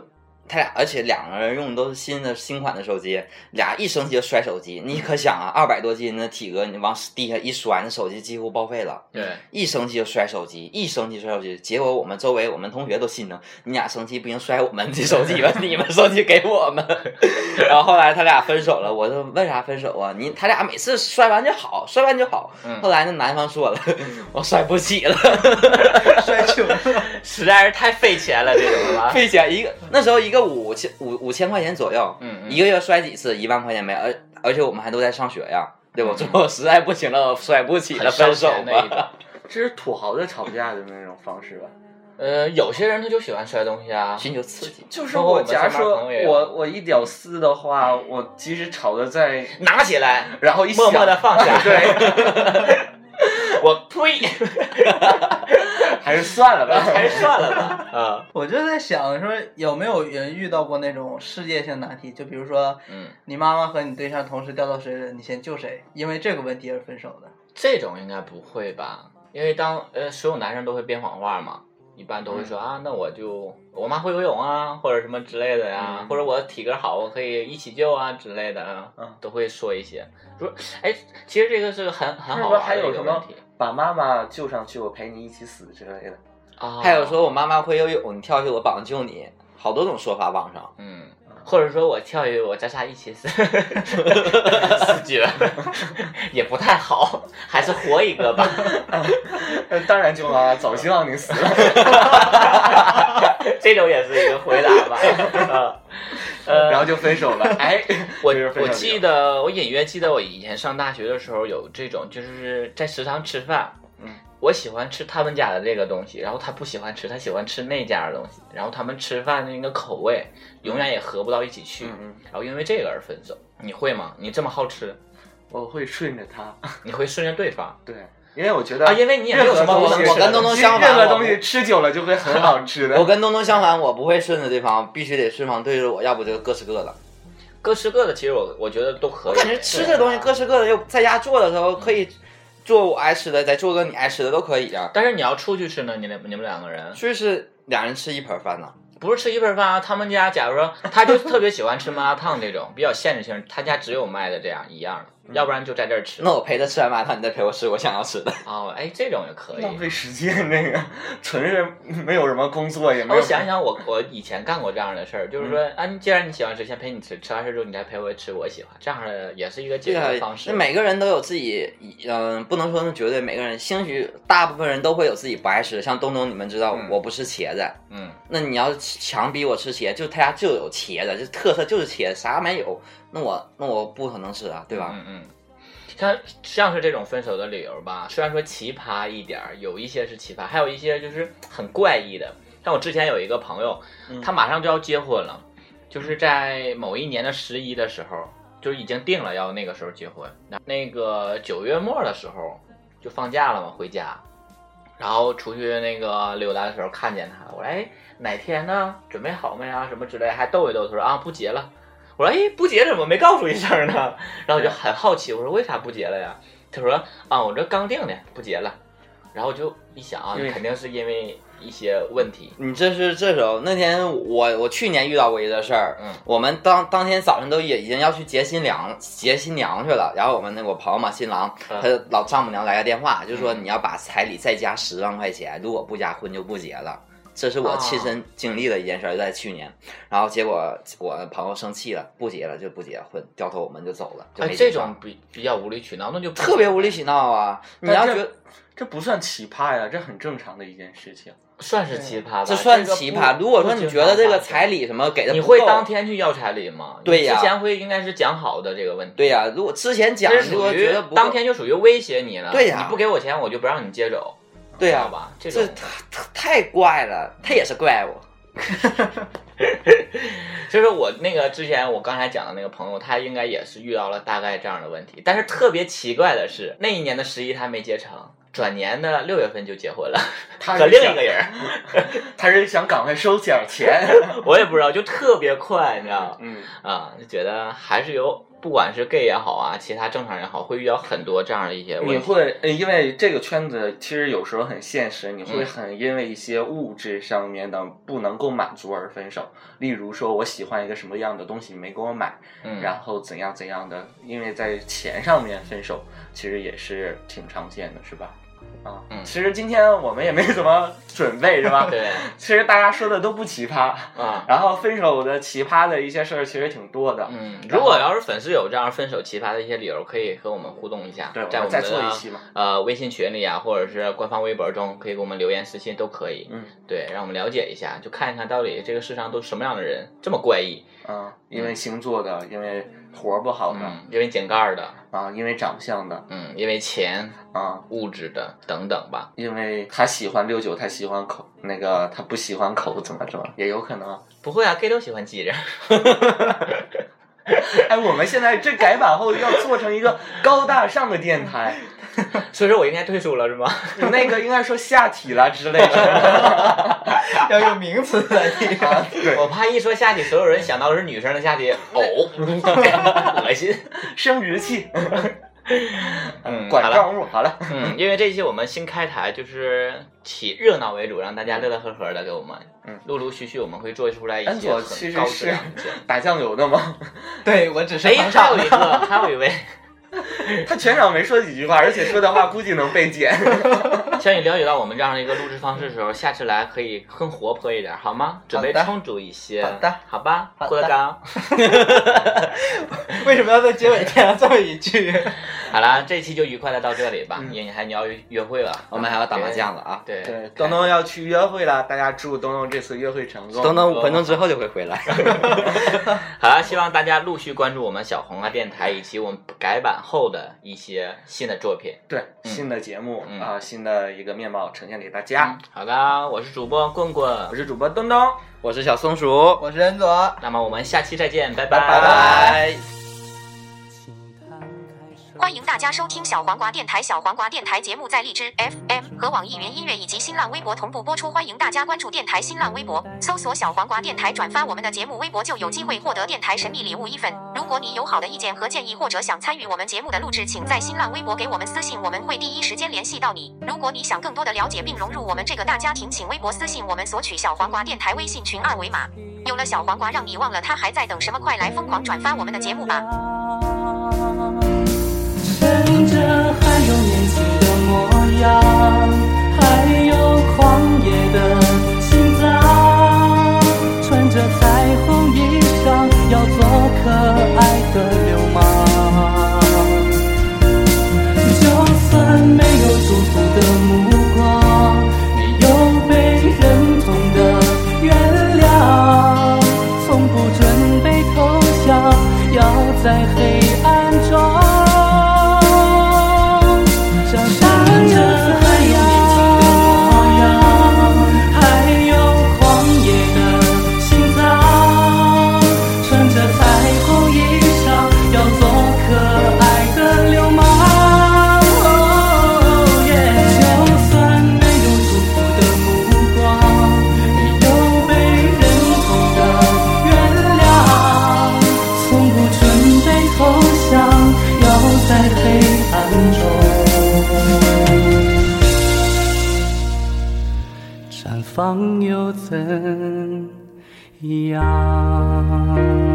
[SPEAKER 4] 他俩，而且两个人用的都是新的新款的手机，俩一生气就摔手机，你可想啊，二百多斤的体格，你往地下一摔，那手机几乎报废了。
[SPEAKER 1] 对，
[SPEAKER 4] 一生气就摔手机，一生气摔手机，结果我们周围我们同学都心疼，你俩生气不行摔我们的手机吧， [LAUGHS] 你们手机给我们。然后后来他俩分手了，我说为啥分手啊？你他俩每次摔完就好，摔完就好。
[SPEAKER 1] 嗯
[SPEAKER 4] 后来那男方说了，我摔不起了，
[SPEAKER 3] 摔
[SPEAKER 4] [LAUGHS]
[SPEAKER 3] 穷了，
[SPEAKER 1] 实在是太费钱了，这种啊。
[SPEAKER 4] 费钱一个那时候一个五千五五千块钱左右，
[SPEAKER 1] 嗯嗯
[SPEAKER 4] 一个月摔几次一万块钱没，而而且我们还都在上学呀。对吧，我最后实在不行了，我摔不起
[SPEAKER 1] 嗯
[SPEAKER 4] 了，
[SPEAKER 1] 很烧
[SPEAKER 4] 分手
[SPEAKER 1] 钱的一种
[SPEAKER 4] 吧。
[SPEAKER 6] 这是土豪的吵架的那种方式吧？
[SPEAKER 1] 呃，有些人他就喜欢摔东西啊，
[SPEAKER 4] 寻求刺激，
[SPEAKER 6] 就是
[SPEAKER 1] 包括
[SPEAKER 6] 我，
[SPEAKER 1] 我们
[SPEAKER 6] 假如
[SPEAKER 1] 身边
[SPEAKER 6] 说
[SPEAKER 1] 朋友也有
[SPEAKER 6] 我我一屌丝的话，我即使吵得再，
[SPEAKER 1] 拿起来，
[SPEAKER 6] 然后一
[SPEAKER 1] 默默
[SPEAKER 6] 想。
[SPEAKER 1] 的放下
[SPEAKER 6] 对，
[SPEAKER 1] 我呸，
[SPEAKER 6] 还是算了吧，
[SPEAKER 1] [LAUGHS] 还是算了吧。啊，
[SPEAKER 3] 我就在想说，有没有人遇到过那种世界性难题？就比如说，
[SPEAKER 1] 嗯，
[SPEAKER 3] 你妈妈和你对象同时掉到水里，你先救谁？因为这个问题而分手的。
[SPEAKER 1] 这种应该不会吧？因为当呃所有男生都会编谎话嘛，一般
[SPEAKER 4] 嗯
[SPEAKER 1] 都会说、啊，那我就我妈会游泳啊，或者什么之类的呀、
[SPEAKER 6] 嗯
[SPEAKER 1] 或者我体格好，我可以一起救啊之类的啊，
[SPEAKER 6] 嗯
[SPEAKER 1] 都会说一些。说哎，其实这个是个很很
[SPEAKER 6] 是
[SPEAKER 1] 好
[SPEAKER 6] 不是
[SPEAKER 1] 玩
[SPEAKER 6] 还
[SPEAKER 1] 的
[SPEAKER 6] 有
[SPEAKER 1] 一个
[SPEAKER 6] 什
[SPEAKER 1] 问
[SPEAKER 6] 么
[SPEAKER 1] 题
[SPEAKER 6] 把妈妈救上去，我陪你一起死之类的？
[SPEAKER 1] 啊。
[SPEAKER 4] 还有说我妈妈会游泳，你跳下去我绑救你，好多种说法网上。
[SPEAKER 1] 嗯，或者说我跳下去，我咱仨一 [LAUGHS] 起死，死绝 [LAUGHS] 也不太好，还是活一个吧。
[SPEAKER 6] 呃当然救妈，早希望你死了。
[SPEAKER 1] [LAUGHS] 这种也是一个回答
[SPEAKER 6] [LAUGHS]
[SPEAKER 1] 吧。啊呃，
[SPEAKER 6] 然后就分手了。哎，
[SPEAKER 1] 我
[SPEAKER 6] 这是分手
[SPEAKER 1] 我
[SPEAKER 6] 理由
[SPEAKER 1] 记得，我隐约记得我以前上大学的时候有这种，就是在食堂吃饭，
[SPEAKER 6] 嗯，
[SPEAKER 1] 我喜欢吃他们家的这个东西，然后他不喜欢吃，他喜欢吃那家的东西，然后他们吃饭的那个口味永远也合不到一起去，
[SPEAKER 6] 嗯嗯
[SPEAKER 1] 然后因为这个而分手。你会吗？你这么好吃，
[SPEAKER 6] 我会顺着他，
[SPEAKER 1] 你会顺着对方
[SPEAKER 6] 对，因为我觉得
[SPEAKER 1] 啊？因为你也没有什么
[SPEAKER 6] 任何
[SPEAKER 4] 我
[SPEAKER 6] 东
[SPEAKER 4] 跟
[SPEAKER 6] 西
[SPEAKER 4] 我跟东东相
[SPEAKER 6] 任
[SPEAKER 4] 反，
[SPEAKER 6] 何
[SPEAKER 4] 我
[SPEAKER 6] 东西吃久了就会很好吃
[SPEAKER 4] 不我
[SPEAKER 6] 的。
[SPEAKER 4] 跟东东相反，我不会顺着对方，必须得顺方对着我，要不就各吃各的。
[SPEAKER 1] 各吃各的，其实我我觉得都可
[SPEAKER 4] 我
[SPEAKER 1] 以。
[SPEAKER 4] 感觉吃这东西各吃各的，又在家做的时候可以做我爱吃的，再做个你爱吃的都可以啊。
[SPEAKER 1] 但是你要出去吃呢，你俩你们两个人
[SPEAKER 4] 就是俩人吃一盆饭呢，
[SPEAKER 1] 不是吃一份饭啊。他们家假如说，他就特别喜欢吃麻辣烫这种比较限制性，他家只有卖的这样一样的。
[SPEAKER 6] 嗯
[SPEAKER 1] 要不然就在这儿吃。
[SPEAKER 4] 那我陪他吃完麻辣烫，你再陪我吃我想要吃的。
[SPEAKER 1] 哦，哎，这种也可以。
[SPEAKER 6] 浪费时间，那个纯是没有什么工作，也没有。
[SPEAKER 1] 我想想我，我以前干过这样的事儿，就是
[SPEAKER 4] 嗯
[SPEAKER 1] 说，啊，你既然你喜欢吃，先陪你吃，吃完事之后你再陪我吃我喜欢，这样的也是一个解
[SPEAKER 4] 对
[SPEAKER 1] 决
[SPEAKER 4] 啊
[SPEAKER 1] 的方，式。
[SPEAKER 4] 那每个人都有自己，嗯、不能说那绝对每个人，兴许大部分人都会有自己不爱吃的。像东东，你们知道、
[SPEAKER 1] 嗯
[SPEAKER 4] 我不吃茄子，
[SPEAKER 1] 嗯，
[SPEAKER 4] 那你要强逼我吃茄，就他家就有茄子，就特色就是茄子，啥没有，那我那我不可能吃啊，对吧？
[SPEAKER 1] 嗯嗯。像像是这种分手的理由吧，虽然说奇葩一点儿，有一些是奇葩，还有一些就是很怪异的。像我之前有一个朋友，他马上就要结婚了，就是在某一年的十一的时候，就已经定了要那个时候结婚。那那个九月末的时候就放假了嘛，回家，然后出去那个溜达的时候看见他，我说哎哪天呢？准备好没啊？什么之类，还逗一逗。他说啊不结了。我说哎不结怎么没告诉一声呢？然后我就很好奇，我说为啥不结了呀？他说啊我这刚定的不结了。然后我就一想啊，
[SPEAKER 6] 因为
[SPEAKER 1] 肯定是因为一些问题，
[SPEAKER 4] 你这是这时候那天我我去年遇到过一个事儿，
[SPEAKER 1] 嗯
[SPEAKER 4] 我们当当天早上都也已经要去结新娘结新娘去了，然后我们那我朋友嘛新郎，
[SPEAKER 1] 嗯
[SPEAKER 4] 他老丈母娘来个电话，就说你要把彩礼再加十万块钱，如果不加婚就不结了。这
[SPEAKER 1] 哦
[SPEAKER 4] 是我亲身经历的一件事儿，在去年，然后结果我朋友生气了，不结了就不结婚，掉头我们就走了，就
[SPEAKER 1] 哎
[SPEAKER 4] 没
[SPEAKER 1] 这
[SPEAKER 4] 结
[SPEAKER 1] 种
[SPEAKER 4] 成
[SPEAKER 1] 比比较无理取闹，那就不
[SPEAKER 4] 特别无理取闹啊！你
[SPEAKER 6] 但
[SPEAKER 4] 要
[SPEAKER 6] 这
[SPEAKER 4] 觉得
[SPEAKER 6] 这不算奇葩呀，这很正常的一件事情。
[SPEAKER 1] 算是奇葩吧，
[SPEAKER 4] 这算
[SPEAKER 1] 个
[SPEAKER 4] 奇
[SPEAKER 1] 不
[SPEAKER 4] 葩。如果说
[SPEAKER 1] 不
[SPEAKER 4] 你
[SPEAKER 1] 经
[SPEAKER 4] 觉
[SPEAKER 1] 常
[SPEAKER 4] 得这
[SPEAKER 1] 发
[SPEAKER 4] 个
[SPEAKER 1] 生
[SPEAKER 4] 彩礼什么给的，
[SPEAKER 1] 你会当天去要彩礼吗？
[SPEAKER 4] 对
[SPEAKER 1] 你
[SPEAKER 4] 呀
[SPEAKER 1] 之前会应该是讲好的这个问题。
[SPEAKER 4] 对呀、如果之前讲
[SPEAKER 1] 这是
[SPEAKER 4] 如
[SPEAKER 1] 属
[SPEAKER 4] 果
[SPEAKER 1] 于
[SPEAKER 4] 觉得不够
[SPEAKER 1] 当天就属于威胁你了。
[SPEAKER 4] 对呀
[SPEAKER 1] 你不给我钱，我就不让你接走。
[SPEAKER 4] 对
[SPEAKER 1] 知
[SPEAKER 4] 呀、
[SPEAKER 1] 道吧？这
[SPEAKER 4] 这
[SPEAKER 1] 种
[SPEAKER 4] 太太怪了，他也是怪物。
[SPEAKER 1] 就是我那个之前我刚才讲的那个朋友，他应该也是遇到了大概这样的问题。但是特别奇怪的是，那一年的十一他没结成，转年的 [LAUGHS] 六月份就结婚了，
[SPEAKER 6] 他
[SPEAKER 1] 和
[SPEAKER 6] 是
[SPEAKER 1] 另
[SPEAKER 6] 想
[SPEAKER 1] 一个人，
[SPEAKER 6] [LAUGHS] 他是想赶快收点
[SPEAKER 1] [LAUGHS]
[SPEAKER 6] 钱。
[SPEAKER 1] 我也不知道，就特别快，你知道吗？
[SPEAKER 6] 嗯，
[SPEAKER 1] 啊，就觉得还是有，不管是 gay 也好啊，其他正常人也好，会遇到很多这样的一些
[SPEAKER 6] 你
[SPEAKER 1] 问题。
[SPEAKER 6] 会呃因为这个圈子其实有时候很现实，你
[SPEAKER 1] 嗯
[SPEAKER 6] 会很因为一些物质上面的不能够满足而分手。例如说，我喜欢一个什么样的东西，你没给我买，
[SPEAKER 1] 嗯，
[SPEAKER 6] 然后怎样怎样的，因为在钱上面分手，其实也是挺常见的，是吧？啊，
[SPEAKER 1] 嗯
[SPEAKER 6] 其实今天我们也没怎么准备，是吧？
[SPEAKER 1] 对，
[SPEAKER 6] 其实大家说的都不奇葩，
[SPEAKER 1] 啊，
[SPEAKER 6] 然后分手的奇葩的一些事儿其实挺多的。
[SPEAKER 1] 嗯，如
[SPEAKER 6] 然后
[SPEAKER 1] 果要是粉丝有这样分手奇葩的一些理由，可以和我们互动一下，
[SPEAKER 6] 对，我
[SPEAKER 1] 在我们
[SPEAKER 6] 们再
[SPEAKER 1] 的
[SPEAKER 6] 做一期嘛。
[SPEAKER 1] 呃微信群里啊，或者是官方微博中，可以给我们留言、私信都可以。
[SPEAKER 6] 嗯
[SPEAKER 1] 对，让我们了解一下，就看一看到底这个世上都什么样的人这么怪异，
[SPEAKER 6] 嗯，因为星座的，因为活儿不好的、
[SPEAKER 1] 嗯，因为井盖儿的，
[SPEAKER 6] 啊，因为长相的
[SPEAKER 1] 嗯，因为钱、
[SPEAKER 6] 啊，
[SPEAKER 1] 物质的等等吧。
[SPEAKER 6] 因为他喜欢六九，他喜欢口那个他不喜欢口怎么怎么也有可能。
[SPEAKER 1] 不会啊，gay 都喜欢记着。
[SPEAKER 6] [LAUGHS] 哎，我们现在这改版后要做成一个高大上的电台，
[SPEAKER 1] [LAUGHS] 所以说我应该退出了是吗？ [LAUGHS]
[SPEAKER 6] 那个应该说下体啦之类的。
[SPEAKER 3] 要用名词来替。
[SPEAKER 6] 啊，对，
[SPEAKER 1] 我怕一说下体，所有人想到的是女生的下体，
[SPEAKER 3] [LAUGHS]
[SPEAKER 1] 呕，恶心。
[SPEAKER 6] 生殖器，
[SPEAKER 1] 嗯
[SPEAKER 6] 管
[SPEAKER 1] 好了
[SPEAKER 6] 账户好了。
[SPEAKER 1] 嗯，因为这一期我们新开台，就是起热闹为主，让大家乐乐呵呵的给我们。
[SPEAKER 6] 嗯
[SPEAKER 1] 陆陆续续我们会做出来一
[SPEAKER 6] 安
[SPEAKER 1] 些
[SPEAKER 6] 佐
[SPEAKER 1] 很
[SPEAKER 6] 其实
[SPEAKER 1] 高质
[SPEAKER 6] 是
[SPEAKER 1] 量的节目。
[SPEAKER 6] 打酱油的吗？
[SPEAKER 3] [LAUGHS]
[SPEAKER 6] [LAUGHS]
[SPEAKER 3] 对我只是
[SPEAKER 1] 哎，
[SPEAKER 3] 捧
[SPEAKER 1] 还有
[SPEAKER 3] 场
[SPEAKER 1] 一个，还有一位，
[SPEAKER 6] 他全场没说几句话，而且说的话估计能被剪。 [LAUGHS]
[SPEAKER 1] 像你了解到我们这样的一个录制方式的时候，下次来可以更活泼一点，好吗？准备
[SPEAKER 3] 好的
[SPEAKER 1] 充足一些。
[SPEAKER 3] 好的，
[SPEAKER 1] 好吧，
[SPEAKER 3] 好的
[SPEAKER 1] 郭德纲。
[SPEAKER 3] [LAUGHS] 为什么要在结尾添加这么一句？
[SPEAKER 1] [LAUGHS]
[SPEAKER 3] 嗯
[SPEAKER 1] 好了，这期就愉快的到这里吧，因为你还你要约会了，
[SPEAKER 4] 我们还要打麻将了啊！
[SPEAKER 1] 对。对
[SPEAKER 6] 对，东东要去约会了，大家祝东东这次约会成功。
[SPEAKER 4] 等等五分钟之后就会回来。
[SPEAKER 1] 好了，希望大家陆续关注我们小红啊电台以及我们改版后的一些新的作品。
[SPEAKER 6] 对新的节目啊、
[SPEAKER 1] 嗯
[SPEAKER 6] 新的一个面貌呈现给大家。
[SPEAKER 1] 好的，我是主播棍棍
[SPEAKER 6] 我，是主播东东，
[SPEAKER 4] 我是小松鼠，
[SPEAKER 3] 我是恩佐。
[SPEAKER 1] 那么我们下期再见，拜
[SPEAKER 6] 拜拜。
[SPEAKER 8] 欢迎大家收听小黄瓜电台。小黄瓜电台节目在荔枝 FM 和网易云音乐以及新浪微博同步播出，欢迎大家关注电台新浪微博，搜索“小黄瓜电台”，转发我们的节目微博就有机会获得电台神秘礼物一份。如果你有好的意见和建议，或者想参与我们节目的录制，请在新浪微博给我们私信，我们会第一时间联系到你。如果你想更多的了解并融入我们这个大家庭，请微博私信我们索取小黄瓜电台微信群二维码。有了小黄瓜，让你忘了他还在等什么，快来疯狂转发我们的节目吧！
[SPEAKER 7] 吧。山房又怎样？